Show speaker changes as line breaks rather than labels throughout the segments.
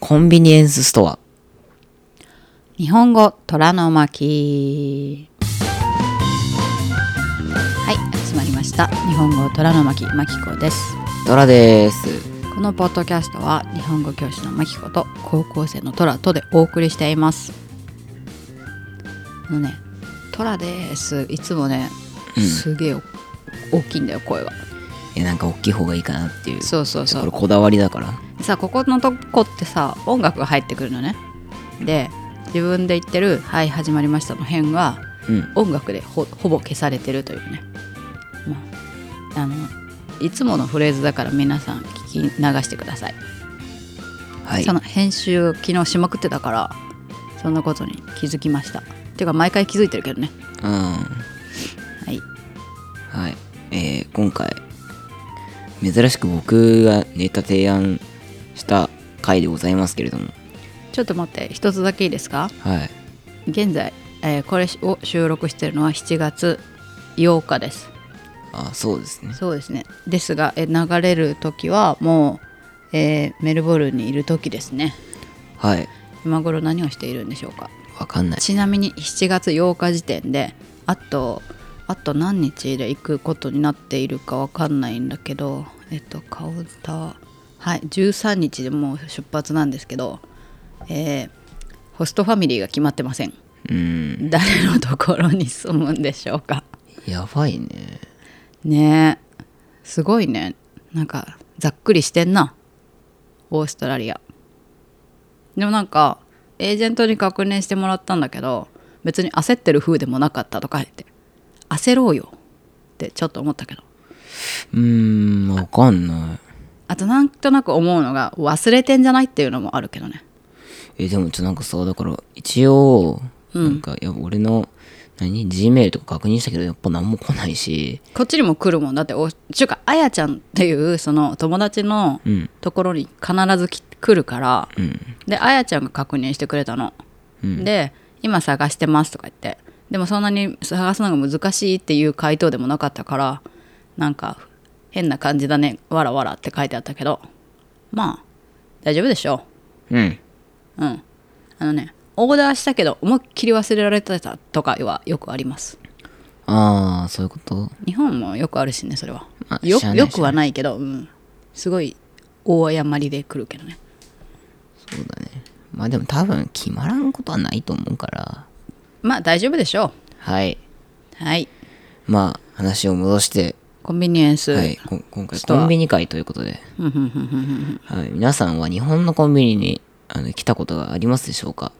コンビニエンスストア。
日本語虎の巻はい始まりました日本語虎の巻巻子です
ドラです。
このポッドキャストは日本語教師の巻子と高校生の虎とでお送りしていますあのね虎ですいつもね
うん
すげえお大きいんだよ声が
え、なんか大きい方がいいかなっていう。
そうそうそ
こ
う
れこだわりだから。
さあここのとこってさ音楽が入ってくるのねで自分で言ってる「はい始まりました」の辺は
うん。
音楽でほほぼ消されてるというね、まあ、あのいつものフレーズだから皆さん聞き流してください、
はい
そ。の編集を昨日しまくってたからそんなことに気づきましたていうか毎回気づいてるけどね
うん。は
はい
い。えー、今回、珍しく僕がネタ提案した回でございますけれども。
ちょっと待って一つだけいいですか
はい。
現在、えーこれを収録してるのは7月8日です
あ、そうですね。
そうですねですが、えー流れる時はもう、えーメルボルンにいる時ですね
はい。
今頃何をしているんでしょうか
わかんない。
ちなみに7月8日時点であとあと何日で行くことになっているかわかんないんだけどえっとカウンターはい13日でもう出発なんですけどえーホストファミリーが決まってません
うん。
誰のところに住むんでしょうか
やばいね。
ねえすごいねなんかざっくりしてんなオーストラリアでもなんかエージェントに確認してもらったんだけど別に焦ってる風でもなかったとか言って焦ろうよってちょっと思ったけど
うーん、わかんない。
あとなんとなく思うのが忘れてんじゃないっていうのもあるけどね
えでもちょなんかさだから一応、なんかいや俺の何 G メールとか確認したけどやっぱ何も来ないし
こっちにも来るもんだっておちゅうかあやちゃんっていうその友達の
うん
ところに必ずき来るから、
うん
であやちゃんが確認してくれたの、で今探してますとか言ってでもそんなに探すのが難しいっていう回答でもなかったからなんか変な感じだねわらわらって書いてあったけどまあ大丈夫でしょ
うん
ううんあのねオーダーしたけど思いっきり忘れられてたとかはよくあります
ああそういうこと
日本もよくあるしねそれは、
まあ
よ
知らない
よくはないけど、うん、すごい大誤りで来るけどね
そうだねまあでも多分決まらんことはないと思うから
まあ大丈夫でしょ
はいう
はい
まあ話を戻して、
コンビニエンス、
はい、こ今回
ストア
コンビニ会ということで、
ふんふんふんふんふん
はい、皆さんは日本のコンビニにあの来たことがありますでしょうか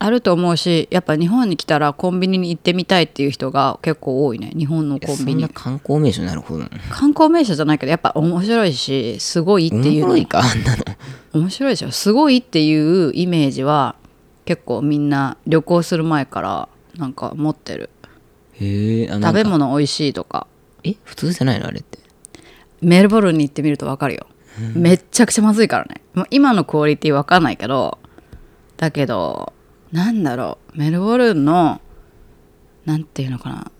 あると思うしやっぱ日本に来たらコンビニに行ってみたいっていう人が結構多いね日本のコンビ
そんな
ニ
観光名所になるほどなの
観光名所じゃないけどやっぱ面白いしすごいって
面
いう
白いかあんなの
面白いでしょすごいっていうイメージは結構みんな旅行する前からなんか持ってる
へえあなん
食
か
べ物美味しいとか
え普通じゃないのあれって
メルボルンに行ってみると分かるよめっちゃくちゃまずいからねもう今のクオリティ分かんないけどだけどなんだろうメルボルンのなんていうのかな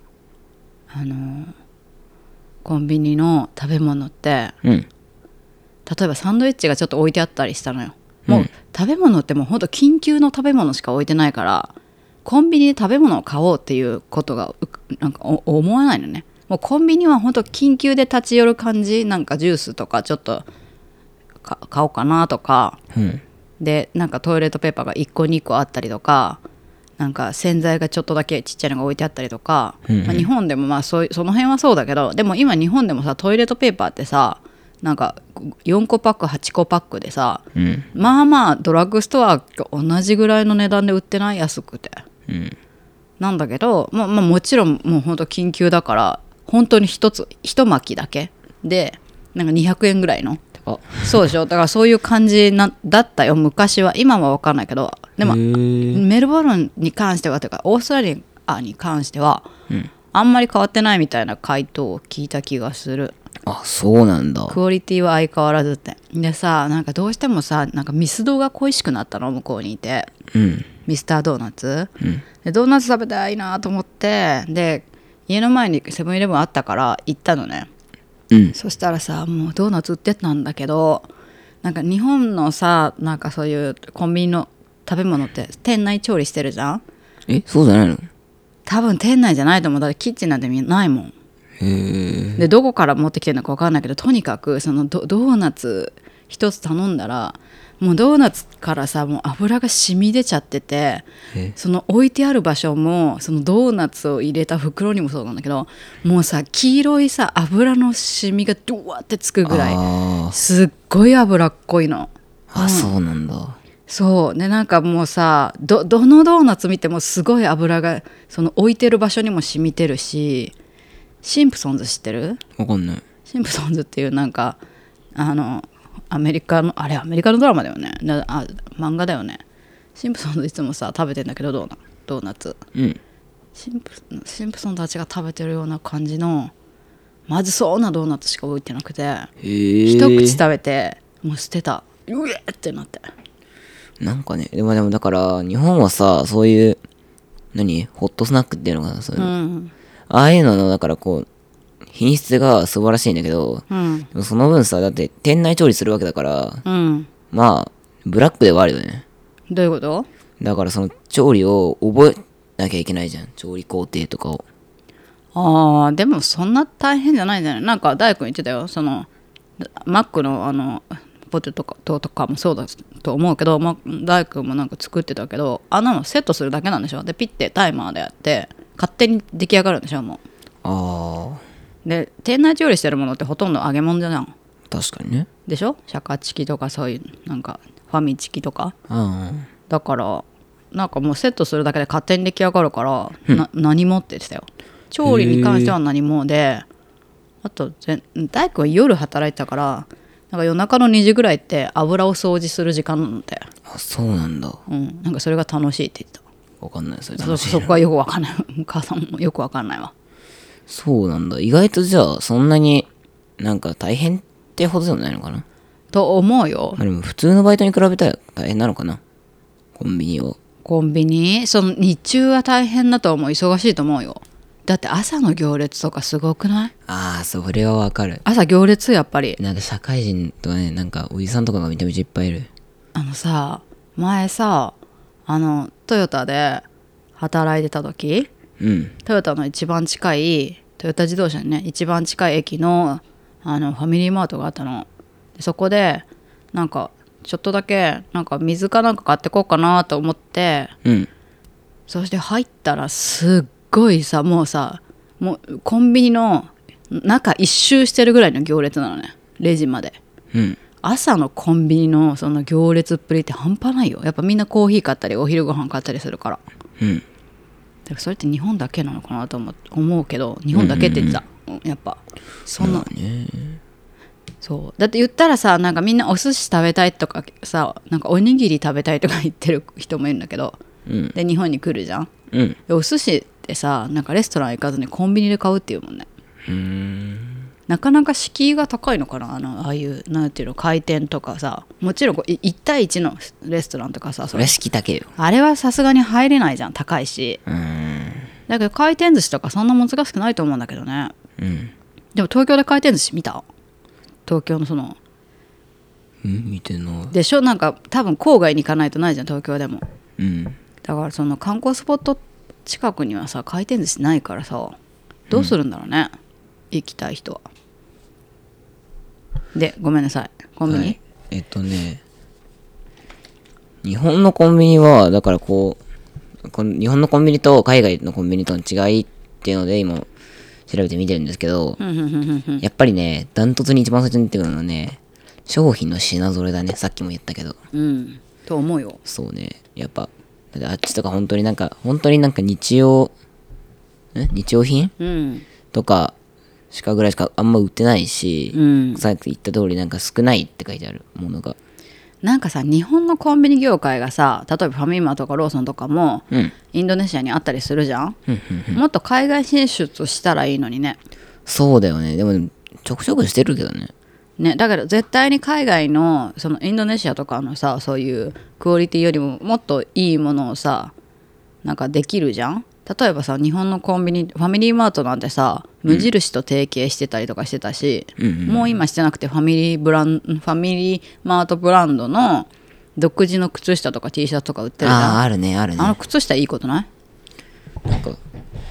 あのコンビニの食べ物って
うん
例えばサンドイッチがちょっと置いてあったりしたのよもう、
うん
食べ物ってもうほんと緊急の食べ物しか置いてないからコンビニで食べ物を買おうっていうことがうなんかお思わないのねもうコンビニは本当緊急で立ち寄る感じなんかジュースとかちょっとか買おうかなとか
うん
でなんかトイレットペーパーが1個2個あったりとかなんか洗剤がちょっとだけちっちゃいのが置いてあったりとか、
うんうん
まあ、日本でもまあそういうその辺はそうだけどでも今日本でもさトイレットペーパーってさなんか4個パック8個パックでさ
うん
まあまあドラッグストアと同じぐらいの値段で売ってない安くて
うん
なんだけど、まあ、まあもちろんもう本当緊急だから本当に一つ一巻きだけでなんか200円ぐらいの
高
そうでしょだからそういう感じなだったよ昔は今は分かんないけどでも
うん
メルボルンに関してはというかオーストラリアに関しては、あんまり変わってないみたいな回答を聞いた気がする
あそうなんだ
クオリティは相変わらずってでさなんかどうしてもさなんかミスドが恋しくなったの向こうにいて
うん
ミスタードーナツ、
うん
でドーナツ食べたいなと思ってで家の前にセブンイレブンあったから行ったのね
うん
そしたらさもうドーナツ売ってたんだけどなんか日本のさなんかそういうコンビニの食べ物って店内調理してるじゃん
えそうじゃないの
多分店内じゃないと思うだってキッチンなんて見ないもん
へえ
でどこから持ってきてるのか分かんないけどとにかくそのドドーナツ一つ頼んだらもうドーナツからさもう油が染み出ちゃってて
え
その置いてある場所もそのドーナツを入れた袋にもそうなんだけどもうさ黄色いさ油の染みがドワってつくぐらい
あー
すっごい脂っこいの
あ、そうなんだ
そうねなんかもうさどどのドーナツ見てもすごい油がその置いてる場所にも染みてるしシンプソンズ知ってる
わかんない
シンプソンズっていうなんかあのアメリカのあれアメリカのドラマだよねなあ漫画だよねシンプソンズいつもさ食べてんだけどドーナドーナツ
うん
シンプシンプソンたちが食べてるような感じのまずそうなドーナツしか置いてなくて、
へえ
一口食べてもう捨てたうえってなって
なんかねでもでもだから日本はさそういう何ホットスナックっていうのかなそういううの
ん
ああいうののだからこう品質が素晴らしいんだけど
うん
でもその分さだって店内調理するわけだから
うん
まあブラックではあるよね
どういうこと
だからその調理を覚えなきゃいけないじゃん調理工程とかを
あーでもそんな大変じゃないんじゃないなんか大工言ってたよそのマックのあのポテトとかもそうだと思うけど、ま、大工もなんか作ってたけどあんなのセットするだけなんでしょでピッてタイマーでやって勝手に出来上がるんでしょも
あ
うで店内調理してるものってほとんど揚げ物じゃん
あ確かにね
でしょシャカチキとかそういうなんかファミチキとか
あ
だからなんかもうセットするだけで勝手に出来上がるから、な何もって言ってたよ調理に関しては何もであとぜ大工は夜働いてたからなんか夜中の2時ぐらいって油を掃除する時間なんで、
ああそうなんだ
うん、なんかそれが楽しいって言って
わかんないそれ
た
楽
そ
しい
そこはよくわかんない お母さんもよくわかんないわ
そうなんだ意外とじゃあそんなになんか大変ってほどでもないのかな
と思うよ
まあでも普通のバイトに比べたら大変なのかなコンビニを
コンビニその日中は大変だと思う忙しいと思うよだって朝の行列とかすごくない
ああそれはわかる
朝行列やっぱり
なんか社会人とかねなんかおじさんとかがめちゃめちゃいっぱいいる
あのさ前さあのトヨタで働いてた時
うん
トヨタの一番近いトヨタ自動車にね一番近い駅のあのファミリーマートがあったのでそこでなんかちょっとだけなんか水かなんか買ってこうかなと思って
うん
そして入ったらすっごいさもうさもうコンビニの中一周してるぐらいの行列なのねレジまで
うん
朝のコンビニのその行列っぷりって半端ないよやっぱみんなコーヒー買ったりお昼ご飯買ったりするから
うん
でそれって日本だけなのかなと思思うけど日本だけって言ってた、うんやっぱそんな、そうだって言ったらさなんかみんなお寿司食べたいとかさなんかおにぎり食べたいとか言ってる人もいるんだけど、
うん
で日本に来るじゃん
うん
でお寿司ってさなんかレストラン行かずにコンビニで買うっていうもんね
うーん
なかなか敷居が高いのかなあのああいうなんていうの回転とかさもちろんこうい1対1のレストランとかさそ
それ
れ
は式だけよ
あれはさすがに入れないじゃん高いし
うーん
だけど回転寿司とかそんな難しくないと思うんだけどね
うん
でも東京で回転寿司見た東京のその
うん見てな
でしょなんか多分郊外に行かないとないじゃん東京でも
いうん
だからその観光スポット近くにはさ回転寿司ないからさどうするんだろうね、行きたい人はでごめんなさいコンビニ、
はいえっとね日本のコンビニはだからこうこの日本のコンビニと海外のコンビニとの違いっていうので今調べてみてるんですけど、やっぱりねダントツに一番最初に出てくるのはね商品の品揃えだねさっきも言ったけど
うんと思うよ
そうねやっぱだってあっちとか本当になんか本当になんか日用ん日用品
うん
とかしかぐらいしかあんま売ってないし、
うん
さっき言った通りなんか少ないって書いてあるものが
なんかさ日本のコンビニ業界がさ例えばファミマとかローソンとかも
うん
インドネシアにあったりするじゃん、
うんうん
もっと海外進出したらいいのにね
そうだよね。でも、ちょくちょくしてるけどね。
ねだから絶対に海外のそのインドネシアとかのさそういうクオリティよりももっといいものをさなんかできるじゃん例えばさ日本のコンビニファミリーマートなんてさ無印と提携してたりとかしてたし、もう今してなくてファミリーブランファミリーマートブランドの独自の靴下とか T シャツとか売ってるじゃん
ああーあるねあるね
あの靴下いいことない
なんか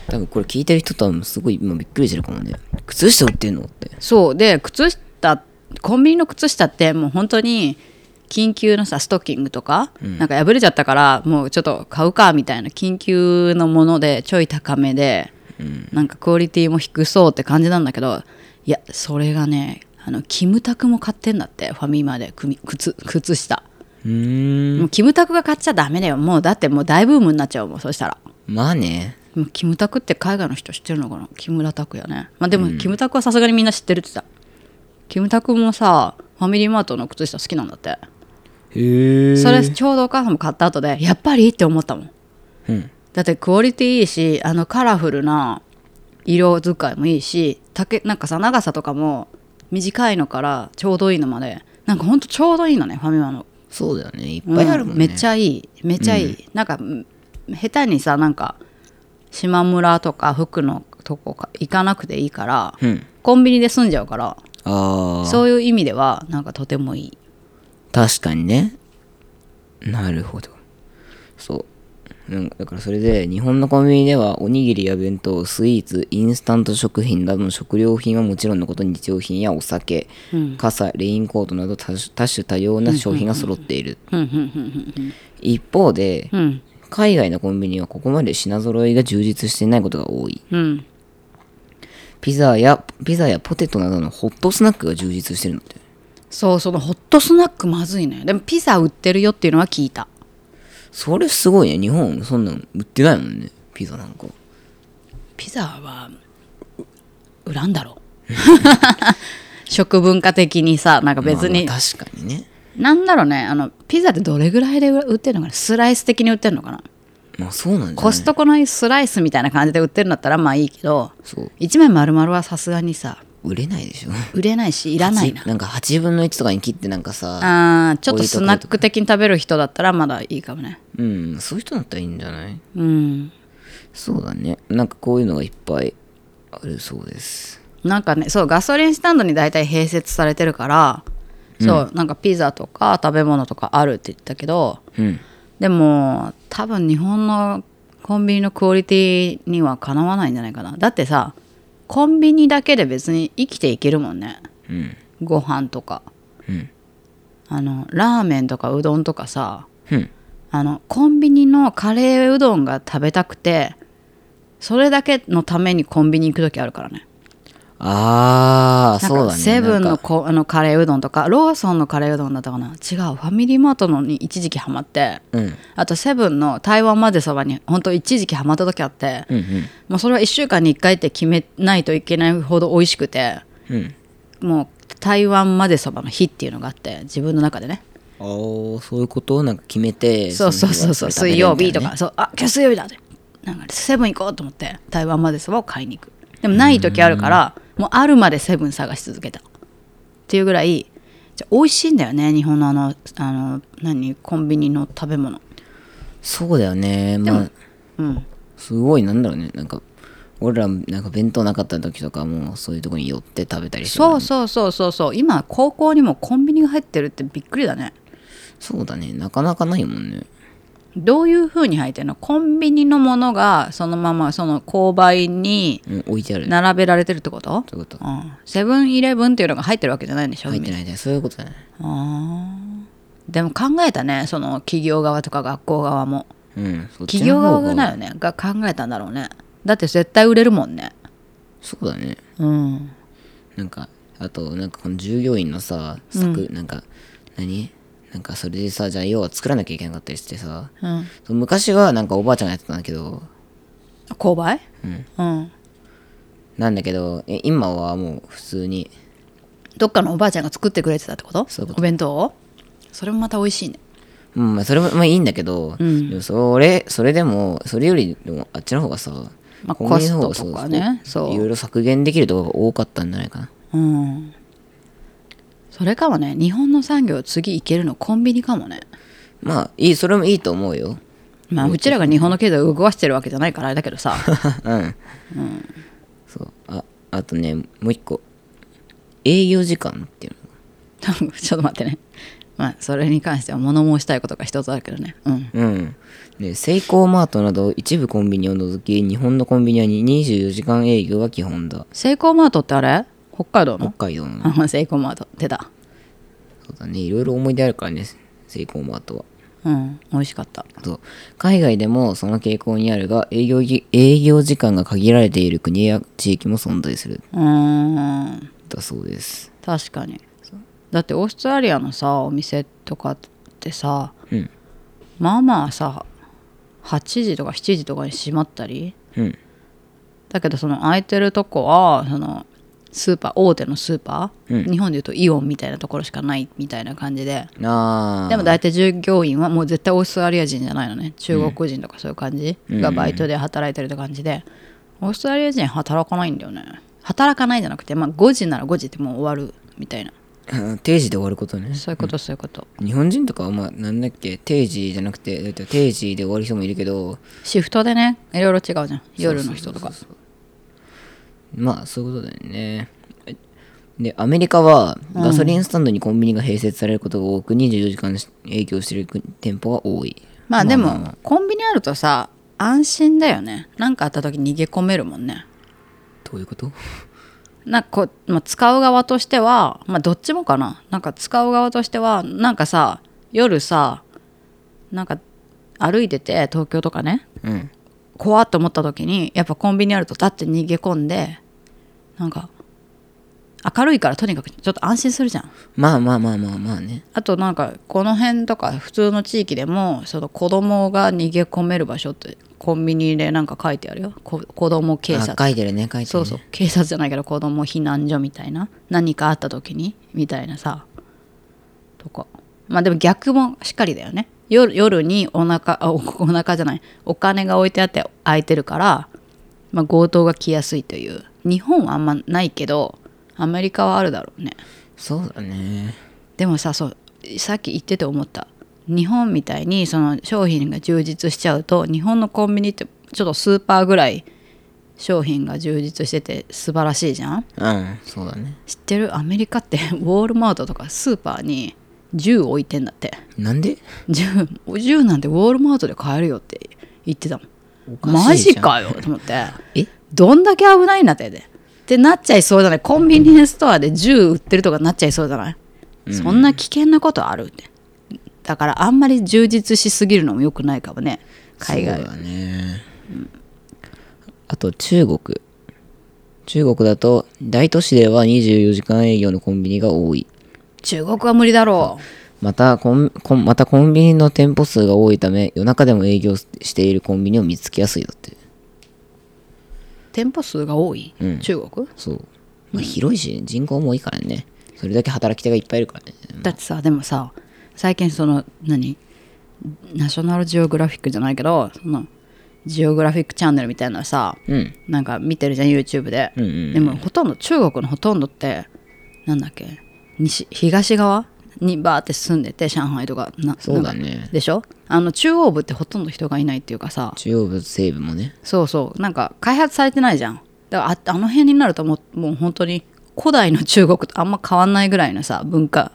多分これ聞いてる人多分すごい今びっくりしてるかもね靴下売ってんのって
そうで靴下コンビニの靴下ってもう本当に緊急のさストッキングとか、なんか破れちゃったからもうちょっと買うかみたいな緊急のものでちょい高めで、なんかクオリティも低そうって感じなんだけどいやそれがねあのキムタクも買ってんだってファミマで組靴靴下、
うーん
もうキムタクが買っちゃダメだよもうだってもう大ブームになっちゃうもんそしたら
まあね
もうキムタクって海外の人知ってるのかな木村拓哉ねまあでもキムタクはさすがにみんな知ってるって言ってた、キムタクもさファミリーマートの靴下好きなんだって
へえ
それちょうどお母さんも買った後でやっぱりって思ったもん
うん
だってクオリティいいしあのカラフルな色使いもいいし丈なんかさ長さとかも短いのからちょうどいいのまでなんかほんとちょうどいいのねファミマの
そうだよねいっぱいあるもんね、
うんめっちゃいいめっちゃいい、なんかうん下手にさなんか島村とか服のとこか行かなくていいから、
うん
コンビニで済んじゃうから
ああ
そういう意味ではなんかとてもいい
確かにねなるほどそうなんかだからそれで日本のコンビニではおにぎりや弁当スイーツインスタント食品などの食料品はもちろんのこと日用品やお酒、傘レインコートなど多種多種多様な商品が揃っている
うんうん
一方で
うんうん
海外のコンビニはここまで品揃えが充実していないことが多い
うん
ピザやピザやポテトなどのホットスナックが充実してるのって
そうそのホットスナックまずいねでもピザ売ってるよっていうのは聞いた
それすごいね日本そんなん売ってないもんねピザなんか
ピザはう売らんだろう 食文化的にさなんか別に
まあまあ確かにね
なんだろうねあのピザってどれぐらいで売ってるのかなスライス的に売ってるのかな
まあそうなんだ、ね、
コストコのスライスみたいな感じで売ってるんだったらまあいいけど
そう
1枚丸々はさすがにさ
売れないでしょ
売れないしいらないな
なんか8分の1とかに切ってなんかさ
あーちょっとスナック的に食べる人だったらまだいいかもね
うんそういう人だったらいいんじゃない
うん
そうだねなんかこういうのがいっぱいあるそうです
なんかねそうガソリンスタンドに大体併設されてるからそう、なんかピザとか食べ物とかあるって言ったけど
うん
でも多分日本のコンビニのクオリティにはかなわないんじゃないかなだってさコンビニだけで別に生きていけるもんね
うん
ご飯とか
うん
あのラーメンとかうどんとかさ
うん
あのコンビニのカレーうどんが食べたくてそれだけのためにコンビニ行く時あるからね
ああ
なんか
そうだね
セブン
なんか
のこあのカレーうどんとかローソンのカレーうどんだったかな違うファミリーマートのに一時期ハマって
うん
あとセブンの台湾まぜそばに本当一時期ハマった時あって、
うんうん
もうそれは1週間に1回って決めないといけないほど美味しくて
うん
もう台湾まぜそばの日っていうのがあって自分の中でね
あーそういうことをなんか決めて
そうそうそうそう
の
水
日は
曜
これ食
日
べ
と
るみたいなね
か、そうあ今日水曜日だってなんかセブン行こうと思って台湾までそばを買いに行くでもない時あるからもうあるまでセブン探し続けたっていうぐらいじゃ美味しいんだよね日本のあのあの何コンビニの食べ物
そうだよねまあ
うん
すごいなんだろうねなんか俺らなんか弁当なかった時とかもそういうとこに寄って食べたりしてた
そうそうそうそうそう今高校にもコンビニが入ってるってびっくりだね
そうだねなかなかないもんね
どういう風に入ってるのコンビニのものがそのままその購買に
うん置いてある
並べられてるってこと
そういうこと
うんセブンイレブンっていうのが入ってるわけじゃないんでしょ
入ってないねそういうことだね
あーでも考えたねその企業側とか学校側も
うんそっち
企業
の
側
方
がないよねが考えたんだろうねだって絶対売れるもんね
そうだね
うん
なんかあとなんかこの従業員のさ作、なんか何なんかそれでさじゃあ要は作らなきゃいけなかったりしてさ
うん
そう昔はなんかおばあちゃんがやってたんだけど
購買うん、
なんだけどえ今はもう普通に
どっかのおばあちゃんが作ってくれてたってこと
そういうこ
お弁当をそれもまた美味しいね
うん、まあそれもまあいいんだけど、
ん
でもそれそれでもそれよりでもあっちの方がさ、
まあ
コンビニの方が
コストとかねそう
いろいろ削減できるところが多かったんじゃないかな
うんそれかもね日本の産業次いけるのコンビニかもね
まあいいそれもいいと思うよ
まあうちらが日本の経済を動かしてるわけじゃないからあれだけどさ
うん。そう。あ、あとね、もう一個。営業時間っていうの。
ちょっと待ってねまあそれに関しては物申したいことが一つあるけどねうん
うん。で、セイコーマートなど一部コンビニを除き、日本のコンビニは24時間営業が基本だ。
セイコーマートってあれ北海道
北
の
海道の。
あセイコーマート出た
そうだね。いろいろ思い出あるからね、セイコーマートは。
うん美味しかった
そう海外でもその傾向にあるが営業ぎ営業時間が限られている国や地域も存在する
うーん
だそうです
確かにだってオーストラリアのさお店とかってさ
うん
まあまあさ8時とか7時とかに閉まったり
うん
だけどその空いてるとこはそのスーパー大手のスーパー、
うん
日本でいうとイオンみたいなところしかないみたいな感じで
あー
でも大体従業員はもう絶対オーストラリア人じゃないのね中国人とかそういう感じ
うん
がバイトで働いてるって感じで、オーストラリア人働かないんだよね働かないじゃなくて、まあ、5時なら5時ってもう終わるみたいな
うん定時で終わることね
そういうことそういうこと、
日本人とかはまあなんだっけ定時じゃなくてだいたい定時で終わる人もいるけど
シフトでねいろいろ違うじゃん夜の人とか
そうそうそうまあそういうことだよねでアメリカはガソリンスタンドにコンビニが併設されることが多く、24時間し営業している店舗が多い
まあで
まあまあ
もコンビニあるとさ安心だよねなんかあった時逃げ込めるもんね
どういうこと
なんかこう、まあ、使う側としてはまあどっちもかななんか使う側としてはなんかさ夜さなんか歩いてて東京とかね
うん
怖っと思った時にやっぱコンビニあるとだって逃げ込んでなんか明るいからとにかくちょっと安心するじゃん
まあまあまあまあまあね
あとなんかこの辺とか普通の地域でもその子供が逃げ込める場所ってコンビニでなんか書いてあるよこ子供警察
あ書いてるね書いてるね
そうそう警察じゃないけど子供避難所みたいな何かあった時にみたいなさとかまあでも逆もしっかりだよね夜夜にお腹あおお腹じゃないお金が置いてあって空いてるから、まあ、強盗が来やすいという日本はあんまないけどアメリカはあるだろうね
そうだね
でもさそうさっき言ってて思った日本みたいにその商品が充実しちゃうと日本のコンビニってちょっとスーパーぐらい商品が充実してて素晴らしいじゃん
うんそうだね
知ってるアメリカって ウォールマートとかスーパーに銃置いてんだって
なんで
銃銃なんてウォールマートで買えるよって言ってたもん
おか
マ
しい
ジ
じゃん
かよと思って
え
どんだけ危ないんだってでってなっちゃいそうじゃないコンビニエンスストアで銃売ってるとかなっちゃいそうじゃない、そんな危険なことあるってだからあんまり充実しすぎるのもよくないかもね海外
そう
は
だね、あと中国中国だと大都市では24時間営業のコンビニが多い
中国は無理だろ
またコンコンまたコンビニの店舗数が多いため夜中でも営業しているコンビニを見つけやすいだって
う店舗数が多い、
うん
中国
そう、まあ、広いし人口も多いからねそれだけ働き手がいっぱいいるからね
だってさでもさ最近その何ナショナルジオグラフィックじゃないけどそのジオグラフィックチャンネルみたいなのさ
うん
なんか見てるじゃん YouTube で、
うんうん
でもほとんど中国のほとんどってなんだっけ西東側にバーって住んでて上海とかな
そうだ
なん
ね
かでしょあの中央部ってほとんど人がいないっていうかさ
中央部西部もね
そうそうなんか開発されてないじゃんだからああの辺になるともうもう本当に古代の中国とあんま変わんないぐらいのさ文化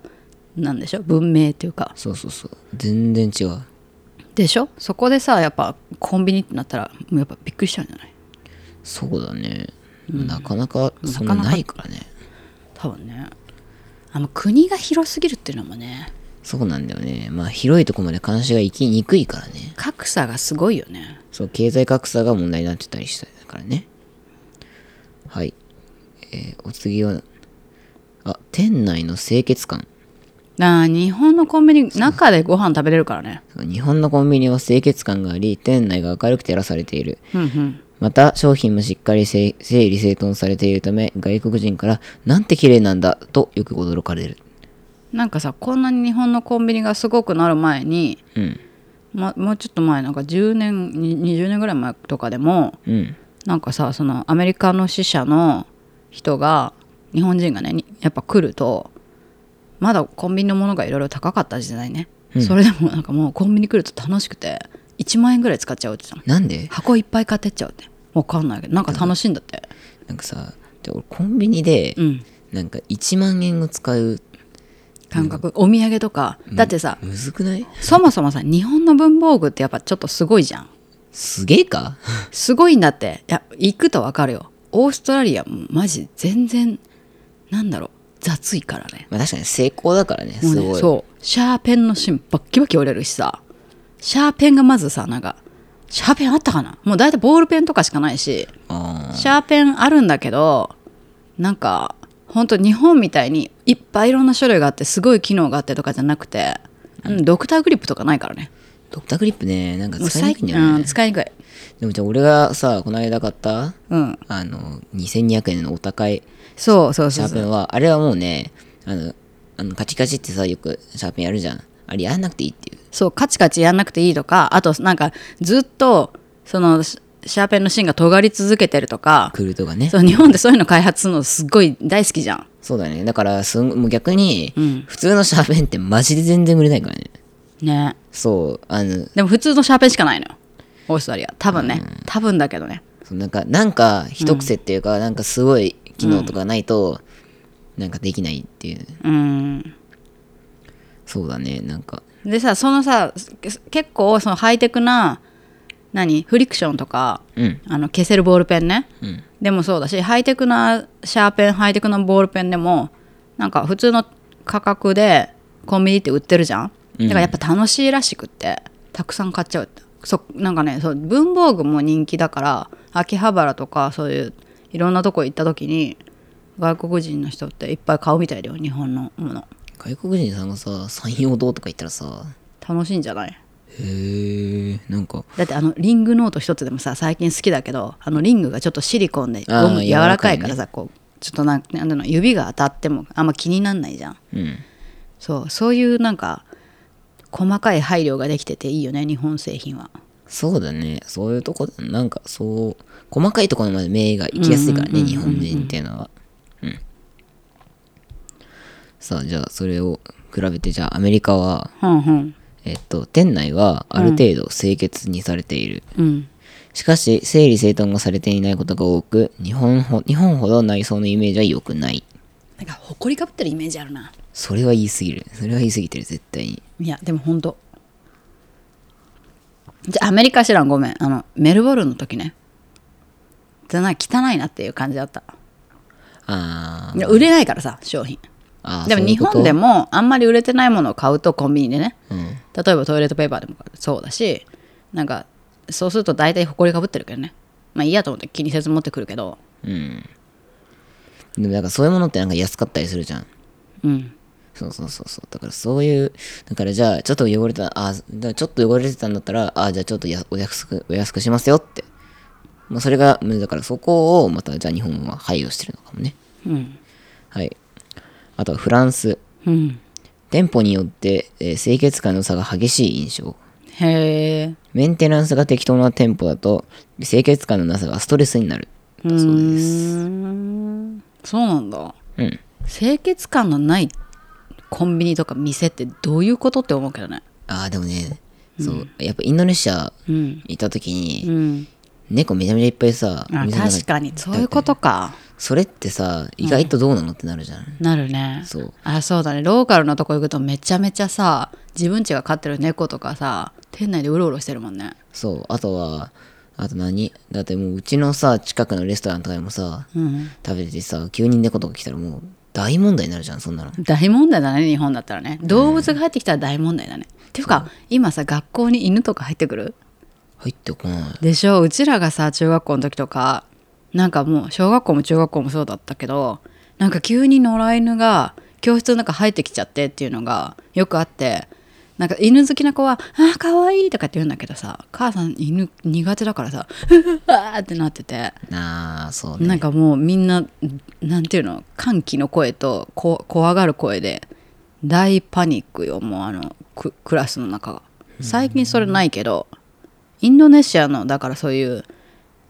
なんでしょ文明っていうか
そうそうそう全然違う
でしょそこでさやっぱコンビニってなったらもうやっぱびっくりしちゃうんじゃない
そうだね、なかなかそんなないからね
多分ねあの国が広すぎるっていうのもね
そうなんだよねまあ広いとこまで監視が行きにくいからね
格差がすごいよね
そう経済格差が問題になってたりしたからねはい、えーお次はあ店内の清潔感
あー日本のコンビニ中でご飯食べれるからね
日本のコンビニは清潔感があり店内が明るく照らされている
うんうん
また商品もしっかり整整理整頓されているため外国人から「なんて綺麗なんだ」とよく驚かれる
なんかさこんなに日本のコンビニがすごくなる前に、
うん
ま、もうちょっと前なんか10年に20年ぐらい前とかでも
うん
なんかさそのアメリカの支社の人が日本人がねにやっぱ来るとまだコンビニのものがいろいろ高かった時代ね、それでもなんかもうコンビニ来ると楽しくて1万円ぐらい使っちゃうって言ってたの
なんで
箱いっぱい買ってっちゃうってわかんないけどなんか楽しいんだって
なんかさで俺コンビニで、
うん
なんか1万円を使う
感覚、お土産とかだってさ、
むずくない
そもそもさ日本の文房具ってやっぱちょっとすごいじゃん
すげえか
すごいんだっていや行くとわかるよオーストラリアもマジ全然なんだろう雑いからね
まあ確かに成功だからね
もう
す
ね
ごい
そうシャーペンの芯バッキバキ折れるしさシャーペンがまずさなんかシャーペンあったかなもう大体ボールペンとかしかないし
あ
シャーペンあるんだけどなんかほんと日本みたいにいっぱいいろんな種類があってすごい機能があってとかじゃなくて、うんドクターグリップとかないからね
ードクターグリップねなんか
もう
使いに
最
くいん
近
だよ
うん
ね
使いにくい
でもじゃあ俺がさこの間買った
うん
あの2200円のお高い
そうそう
シ
そ
ャー
うそ
ペ
う
ンはあれはもうねあのあのカチカチってさよくシャーペンやるじゃんあれやんなくていいっていう
そうカチカチやんなくていいとかあとなんかずっとそのシシャーペンの芯が尖り続けてるとか
クールとかねそ
そう日本でそういうの開発するのすっごい大好きじゃん
うだねだからすんもう逆に、
うん
普通のシャーペンってマジで全然売れないからね
ね
そうあの
でも普通のシャーペンしかないのよオーストラリア多分ね、多分だけどね
そうなんかなんか一癖っていうか、なんかすごい機能とかないと、なんかできないっていう
うん
そうだねなんか
でさそのさけ結構そのハイテクな何フリクションとか
うん
あの消せるボールペンね、
うん
でもそうだしハイテクなシャーペンハイテクなボールペンでもなんか普通の価格でコンビニって売ってるじゃんだからやっぱ楽しいらしくってたくさん買っちゃうってそなんかねそう文房具も人気だから秋葉原とかそういういろんなとこ行った時に外国人の人っていっぱい買うみたいだよ日本のもの
外国人さんがさ山陽堂とか行ったらさ
楽しいんじゃない
へえんか
だってあのリングノート一つでもさ最近好きだけどあのリングがちょっとシリコンで
あー
ゴム柔らかいから
柔
さこうちょっとなんかなんだろう指が当たってもあんま気になんないじゃん
うん
そうそういうなんか細かい配慮ができてていいよね日本製品は
そうだねそういうとこなんかそう細かいところまで目が行きやすいからね日本人っていうのはうんさあじゃあそれを比べてじゃあアメリカは
うんうん
えっと店内はある程度清潔にされている、
うん
しかし整理整頓がされていないことが多く日本ほ日本ほど内装のイメージは良くない
なんか埃かぶってるイメージあるな
それは言い過ぎるそれは言い過ぎてる絶対に
いやでもほんとじゃあアメリカ知らんごめんあのメルボルンの時ねじゃない汚いなっていう感じだった
あ
い
ー
や売れないからさ商品
あー
でも
そうい
日
うこと
本でもあんまり売れてないものを買うとコンビニでね
うん
例えばトイレットペーパーでもそうだしなんかそうすると大体ほこりかぶってるけどねまあいいやと思って気にせず持ってくるけど
うんでもなんかそういうものってなんか安かったりするじゃん
うん
そうそうそうそうだからそういうだからじゃあちょっと汚れたあーだからちょっと汚れてたんだったらあーじゃあちょっとやお安くお安くしますよってまあそれがうんだからそこをまたじゃあ日本は配慮してるのかもね
うん
はいあとはフランス
うん
店舗によって、えー清潔感の差が激しい印象
へえ
メンテナンスが適当な店舗だと清潔感のなさがストレスになる
うーんそうなんだ
うん
清潔感のないコンビニとか店ってどういうことって思うけどね
ああでもねそう、やっぱインドネシア
うん
行った時に、
うん
猫めちゃめちゃいっぱいさ
あ
水の中に
確かにそういうことか
それってさ意外とどうなのってなるじゃん、
なるね
そう
あそうだねローカルのとこ行くとめちゃめちゃさ自分家が飼ってる猫とかさ店内でうろうろしてるもんね
そうあとはあと何だってもううちのさ近くのレストランとかでもさ
うん
食べててさ急に猫とか来たらもう大問題になるじゃんそんなの
大問題だね日本だったらね動物が入ってきたら大問題だね、っていうか今さ学校に犬とか入ってくる
入ってこない
でしょうちらがさ中学校の時とかなんかもう小学校も中学校もそうだったけどなんか急に野良犬が教室の中入ってきちゃってっていうのがよくあってなんか犬好きな子は「あーかわいい」とかって言うんだけどさ母さん犬苦手だからさ 「うわ」ってなってて
ああそうね
なんかもうみんななんていうの歓喜の声とこ怖がる声で大パニックよもうあのククラスの中が最近それないけどインドネシアのだからそういう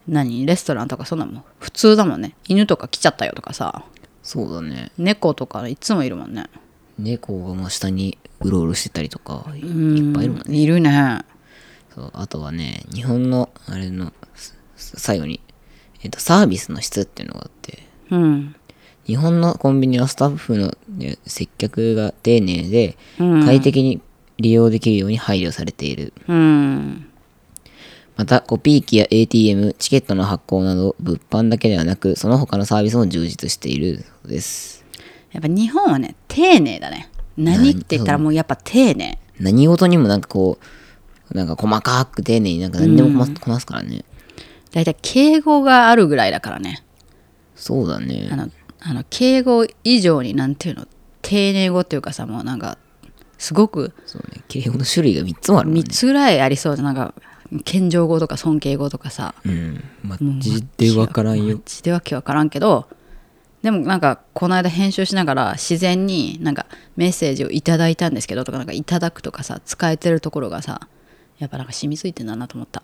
何レストランとかそんなもん普通だもんね犬とか来ちゃったよとかさ
そうだね
猫とかいつもいるもんね
猫が真下にうろうろしてたりとかい
うん
っぱいいるもんね
いるね
そう、あとはね、日本の、あれの、すす最後に、えっ、と、サービスの質っていうのがあって、
うん
日本のコンビニはスタッフのね接客が丁寧で、
うん
快適に利用できるように配慮されている。
うん
また、コピー機や ATM、チケットの発行など、物販だけではなく、その他のサービスも充実しているそうです。
やっぱ日本はね丁寧だね何って言ったらもうやっぱ丁寧
何事にもなんかこう、なんか細かく丁寧になんか何でもこます,、こなすからね。
だいたい敬語があるぐらいだからね
そうだね
あ。のあの敬語以上になんていうの丁寧語っていうかさもうなんかすごく
そうね。敬語の種類が3つもあるもんね
3。つぐらいありそうでなんか謙譲語とか尊敬語とかさ
うん。マジでわからんよ。
ちでわけわからんけどでもなんかこの間編集しながら自然になんかメッセージをいただいたんですけどとかなんかいただくとかさ使えてるところがさやっぱなんか染みついてんだなと思った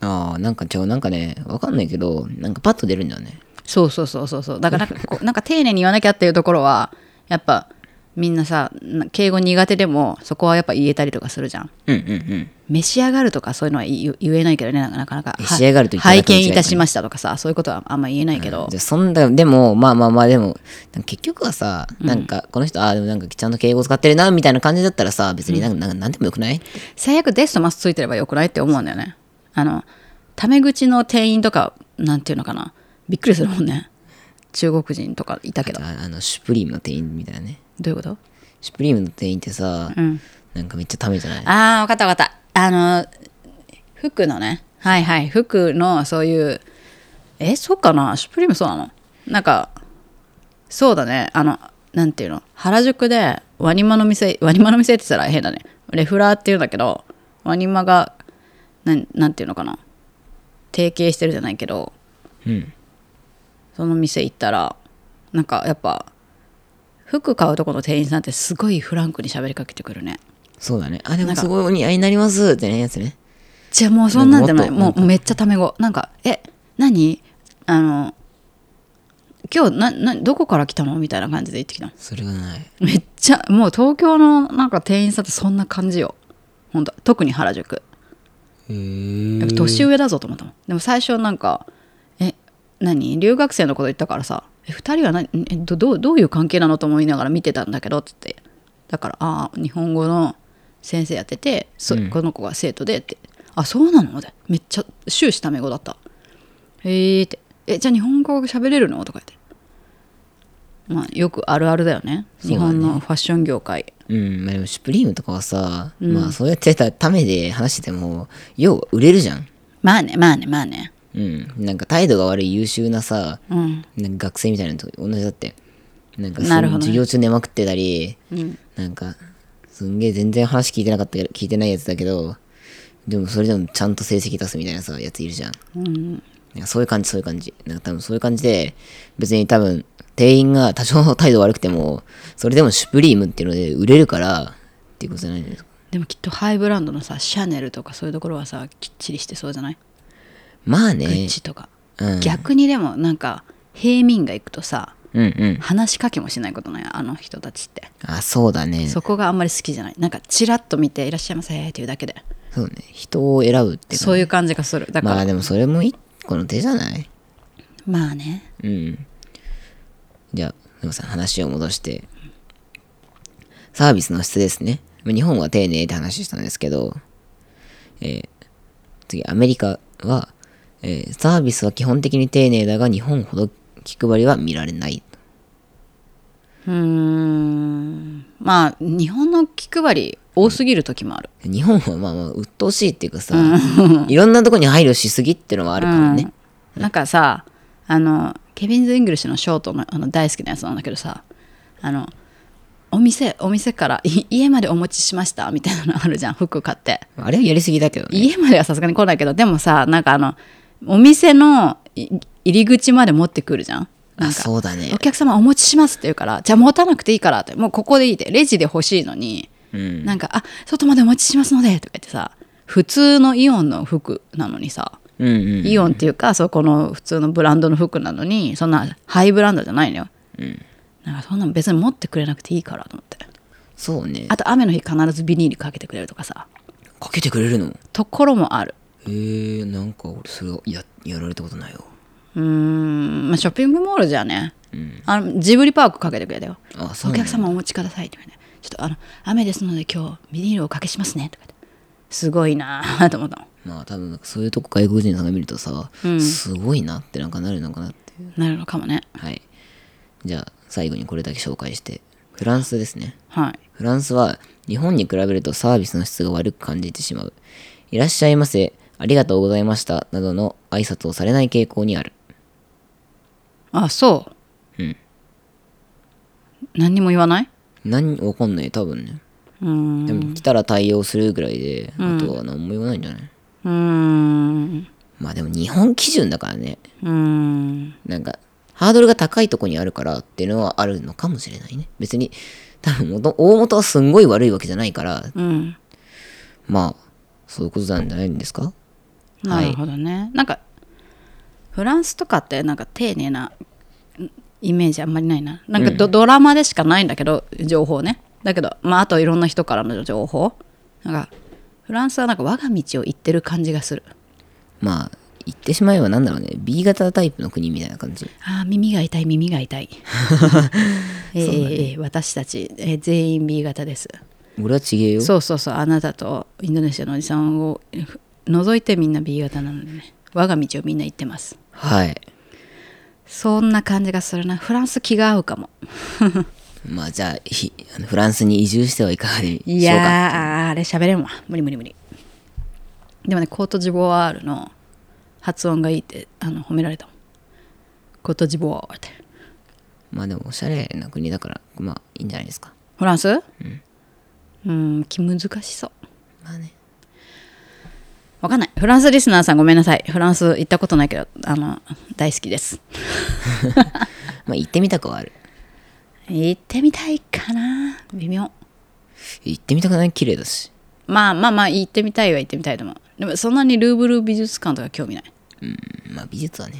ああ、なんかちょ、なんかね、わかんないけど、なんかパッと出るんだよね。
そうそうそうそうそうだからなんかこうなんか丁寧に言わなきゃっていうところはやっぱみんなさな敬語苦手でもそこはやっぱ言えたりとかするじゃん
うんうんうん。
召し上がるとかそういうのは言言えないけどねなかなか
召し上がるといただく
拝見いたしましたとかさそういうことはあんま言えないけど、
じゃあそんな、でも、まあまあまあ、でも、なんか結局はさ、なんか、この人、ああ、でもなんかちゃんと敬語使ってるな、みたいな感じだったらさ、別になんか、なんかなんでもよくない
最悪デスとマスついてればよくないって思うんだよねあのタメ口の店員とかなんていうのかなびっくりするもんね中国人とかいたけどど
ああの、シュプリームの店員みたいなね。
ういうこと
シュプリームの店員ってさ、
うん
なんかめっちゃためじゃない
ああ分かった分かったあの服のねはいはい服のそういうえそうかなシュプリームそうなのなんかそうだねあのなんていうの原宿でワニマの店ワニマの店って言ったら変だねレフラーっていうんだけどワニマがなんなんていうのかな提携してるじゃないけど
うん。
その店行ったらなんかやっぱ服買うとこの店員さんってすごいフランクに喋りかけてくるね
そうだね。あ、でもすごいお似合いになりますってね、やつね。
じゃあもうそんなんじゃない
なんかも
も
っと
うめっちゃタメ語なんか「え何あの今日ななどこから来たの?」みたいな感じで言ってきたの
それがない。
めっちゃもう東京のなんか店員さんってそんな感じよ本当特に原宿
へ
やっぱ年上だぞと思ったもんでも最初なんか「え何留学生のこと言ったからさえ2人は何えどどうどういう関係なの?」と思いながら見てたんだけどっつってだから「ああ日本語の先生やっててそこの子が生徒で」って「あそうなの?」ってめっちゃ終始タメ語だった「へえ」って「えじゃあ日本語喋れるの?」とか言って。まあ、よくあるあるだよね
うだ
日
ね
本のファッション業界
うん、まあでも、シュプリームとかはさ、まあそうやってたためで話してても、要は売れるじゃん。
まあねまあねまあね
うん。なんか態度が悪い優秀なさ、
うん
なんか学生みたいなのと同じだって。なんか
なるほどね
授業中寝まくってたり、
うん
なんか、すんげえ全然話聞いてなかったけど、聞いてないやつだけど、でもそれでもちゃんと成績出すみたいなさ、やついるじゃん。
うん
なんかそういう感じ、そういう感じ。なんか多分そういう感じで、別に多分、店員が多少態度悪くても、それでもシュプリームっていうので売れるから、っていうことじゃないんですか。
でもきっとハイブランドのさシャネルとかそういうところはさきっちりしてそうじゃない
まあね。
グッチとか、
うん。
逆にでもなんか平民が行くとさ
うんうん。
話しかけもしないことないあの人たちって、
あ、そうだね。そ
そこがあんまり好きじゃないなんかチラッと見て「いらっしゃいませ」っていうだけで
うね。人を選ぶって
そう
いう
いう感じがする
か。
だから、
ま
ま
あ
あ、
でもそれも一個の手じゃない
ね
うん。じゃあ、でもさん、話を戻して、サービスの質ですね。まあ日本は丁寧って話したんですけど、えー次、アメリカは、えーサービスは基本的に丁寧だが、日本ほど気配りは見られない。
うーんまあ日本の気配り多すぎる時もある、
日本はまあまあ、鬱陶しいっていうかさ、いろんなとこに配慮しすぎってのはあるからね。
なんかさあのケビンズ・イングリッシュのショートのあの大好きなやつなんだけどさあのお店お店からい家までお持ちしましたみたいなのあるじゃん服買って
あれはやりすぎだけどね。
家まではさすがに来ないけどでもさなんかあのお店のい入り口まで持ってくるじゃんなん
あ、
か
そうだね
お。客様お持ちしますって言うからじゃあ持たなくていいからってもうここでいいってレジで欲しいのに、
うん。
なんか「あ外までお持ちしますので」とか言ってさ普通のイオンの服なのにさ
うんうん。
イオンっていうかそこの普通のブランドの服なのにそんなハイブランドじゃないのよ、なんかそんなの別に持ってくれなくていいからと思って
そうね。
あと雨の日必ずビニールかけてくれるとかさ
かけてくれるの
ところもある
えー、なんか俺それをややられたことないよ
うーん、まあ、ショッピングモールじゃね、
うん
あのジブリパークかけてくれたよ
あそう
お
なんだ
客様お持ちくださいとかねちょっとあの雨ですので今日ビニールをおかけしますねとか言ってすごいなぁと思ったの
まあ多分なんかそういうとこ外国人さんが見るとさ、
うん
すごいなってなんかなるのかなっていう
なるのかもね
はいじゃあ最後にこれだけ紹介してフランスですね
はい
フランスは日本に比べるとサービスの質が悪く感じてしまういらっしゃいませありがとうございましたなどの挨拶をされない傾向にある
あそう
うん
何にも言わない
何わかんない多分ね
うーん
でも来たら対応するぐらいで、
うん
あとは何も言わないんじゃない、
うーん
まあでも日本基準だからね
うーん
なんかハードルが高いとこにあるからっていうのはあるのかもしれないね別に多分元大元はすんごい悪いわけじゃないから
うん
まあそういうことなんじゃないんですか
なるほどね、なんかフランスとかってなんか丁寧なんイメージあんまりないななんかド,、ドラマでしかないんだけど情報ねだけどまああといろんな人からの情報なんかフランスはなんか我が道を行ってる感じがする
まあ言ってしまえばなんだろうね B 型タイプの国みたいな感じ
あー耳が痛い耳が痛いえーえー私たち、えー全員 B 型です
俺はちげえよ
そうそうそうあなたとインドネシアのおじさんをえー除いてみんな B 型なのでね我が道をみんな行ってます
はい
そんな感じがするなフランス気が合うか も
まあじゃあひあのフランスに移住してはいかがでしょうか
いやーあれ喋れんわ無理無理無理でもねコートジボワールの発音がいいってあの褒められたもんコートジボワールって
まあでもおしゃれな国だからまあいいんじゃないですか
フランスうんん気難しそう
まあね
わかんないフランスリスナーさんごめんなさいフランス行ったことないけどあの大好きです
まあ行ってみたくはある
行ってみたいかな微妙
行ってみたくない綺麗だし
まあまあまあ行ってみたいは行ってみたいと思うでもそんなにルーブル美術館とか興味ない
うんまあ美術はね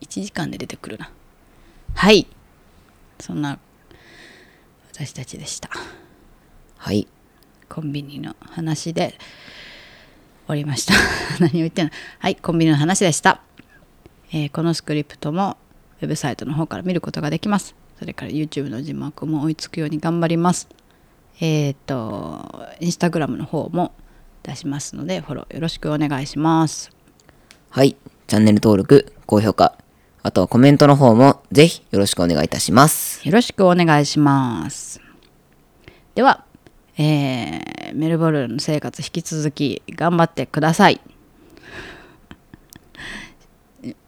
1時間で出てくるなはいそんな私たちでした
はい
コンビニの話で終わりました 何を言ってんのはいコンビニの話でした、えーこのスクリプトもウェブサイトの方から見ることができますそれから YouTube の字幕も追いつくように頑張りますえっ、と Instagram の方も出しますのでフォローよろしくお願いします
はいチャンネル登録高評価あとはコメントの方もぜひよろしくお願いいたします
よろしくお願いします。では、えーメルボルンの生活引き続き頑張ってください。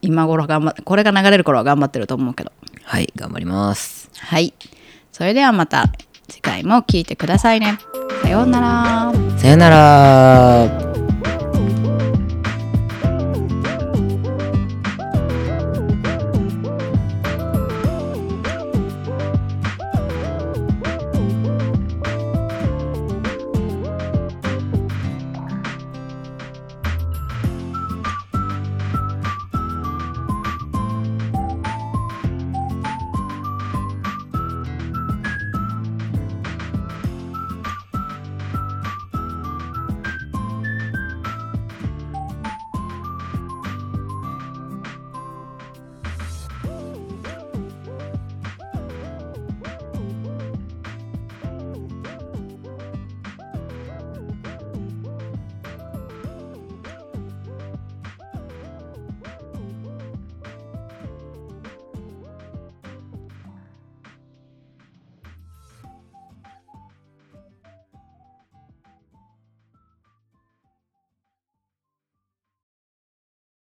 今頃頑張っこれが流れる頃は頑張ってると思うけど。
はい頑張ります
はい。それではまた次回も聞いてくださいね。さようなら。
さよなら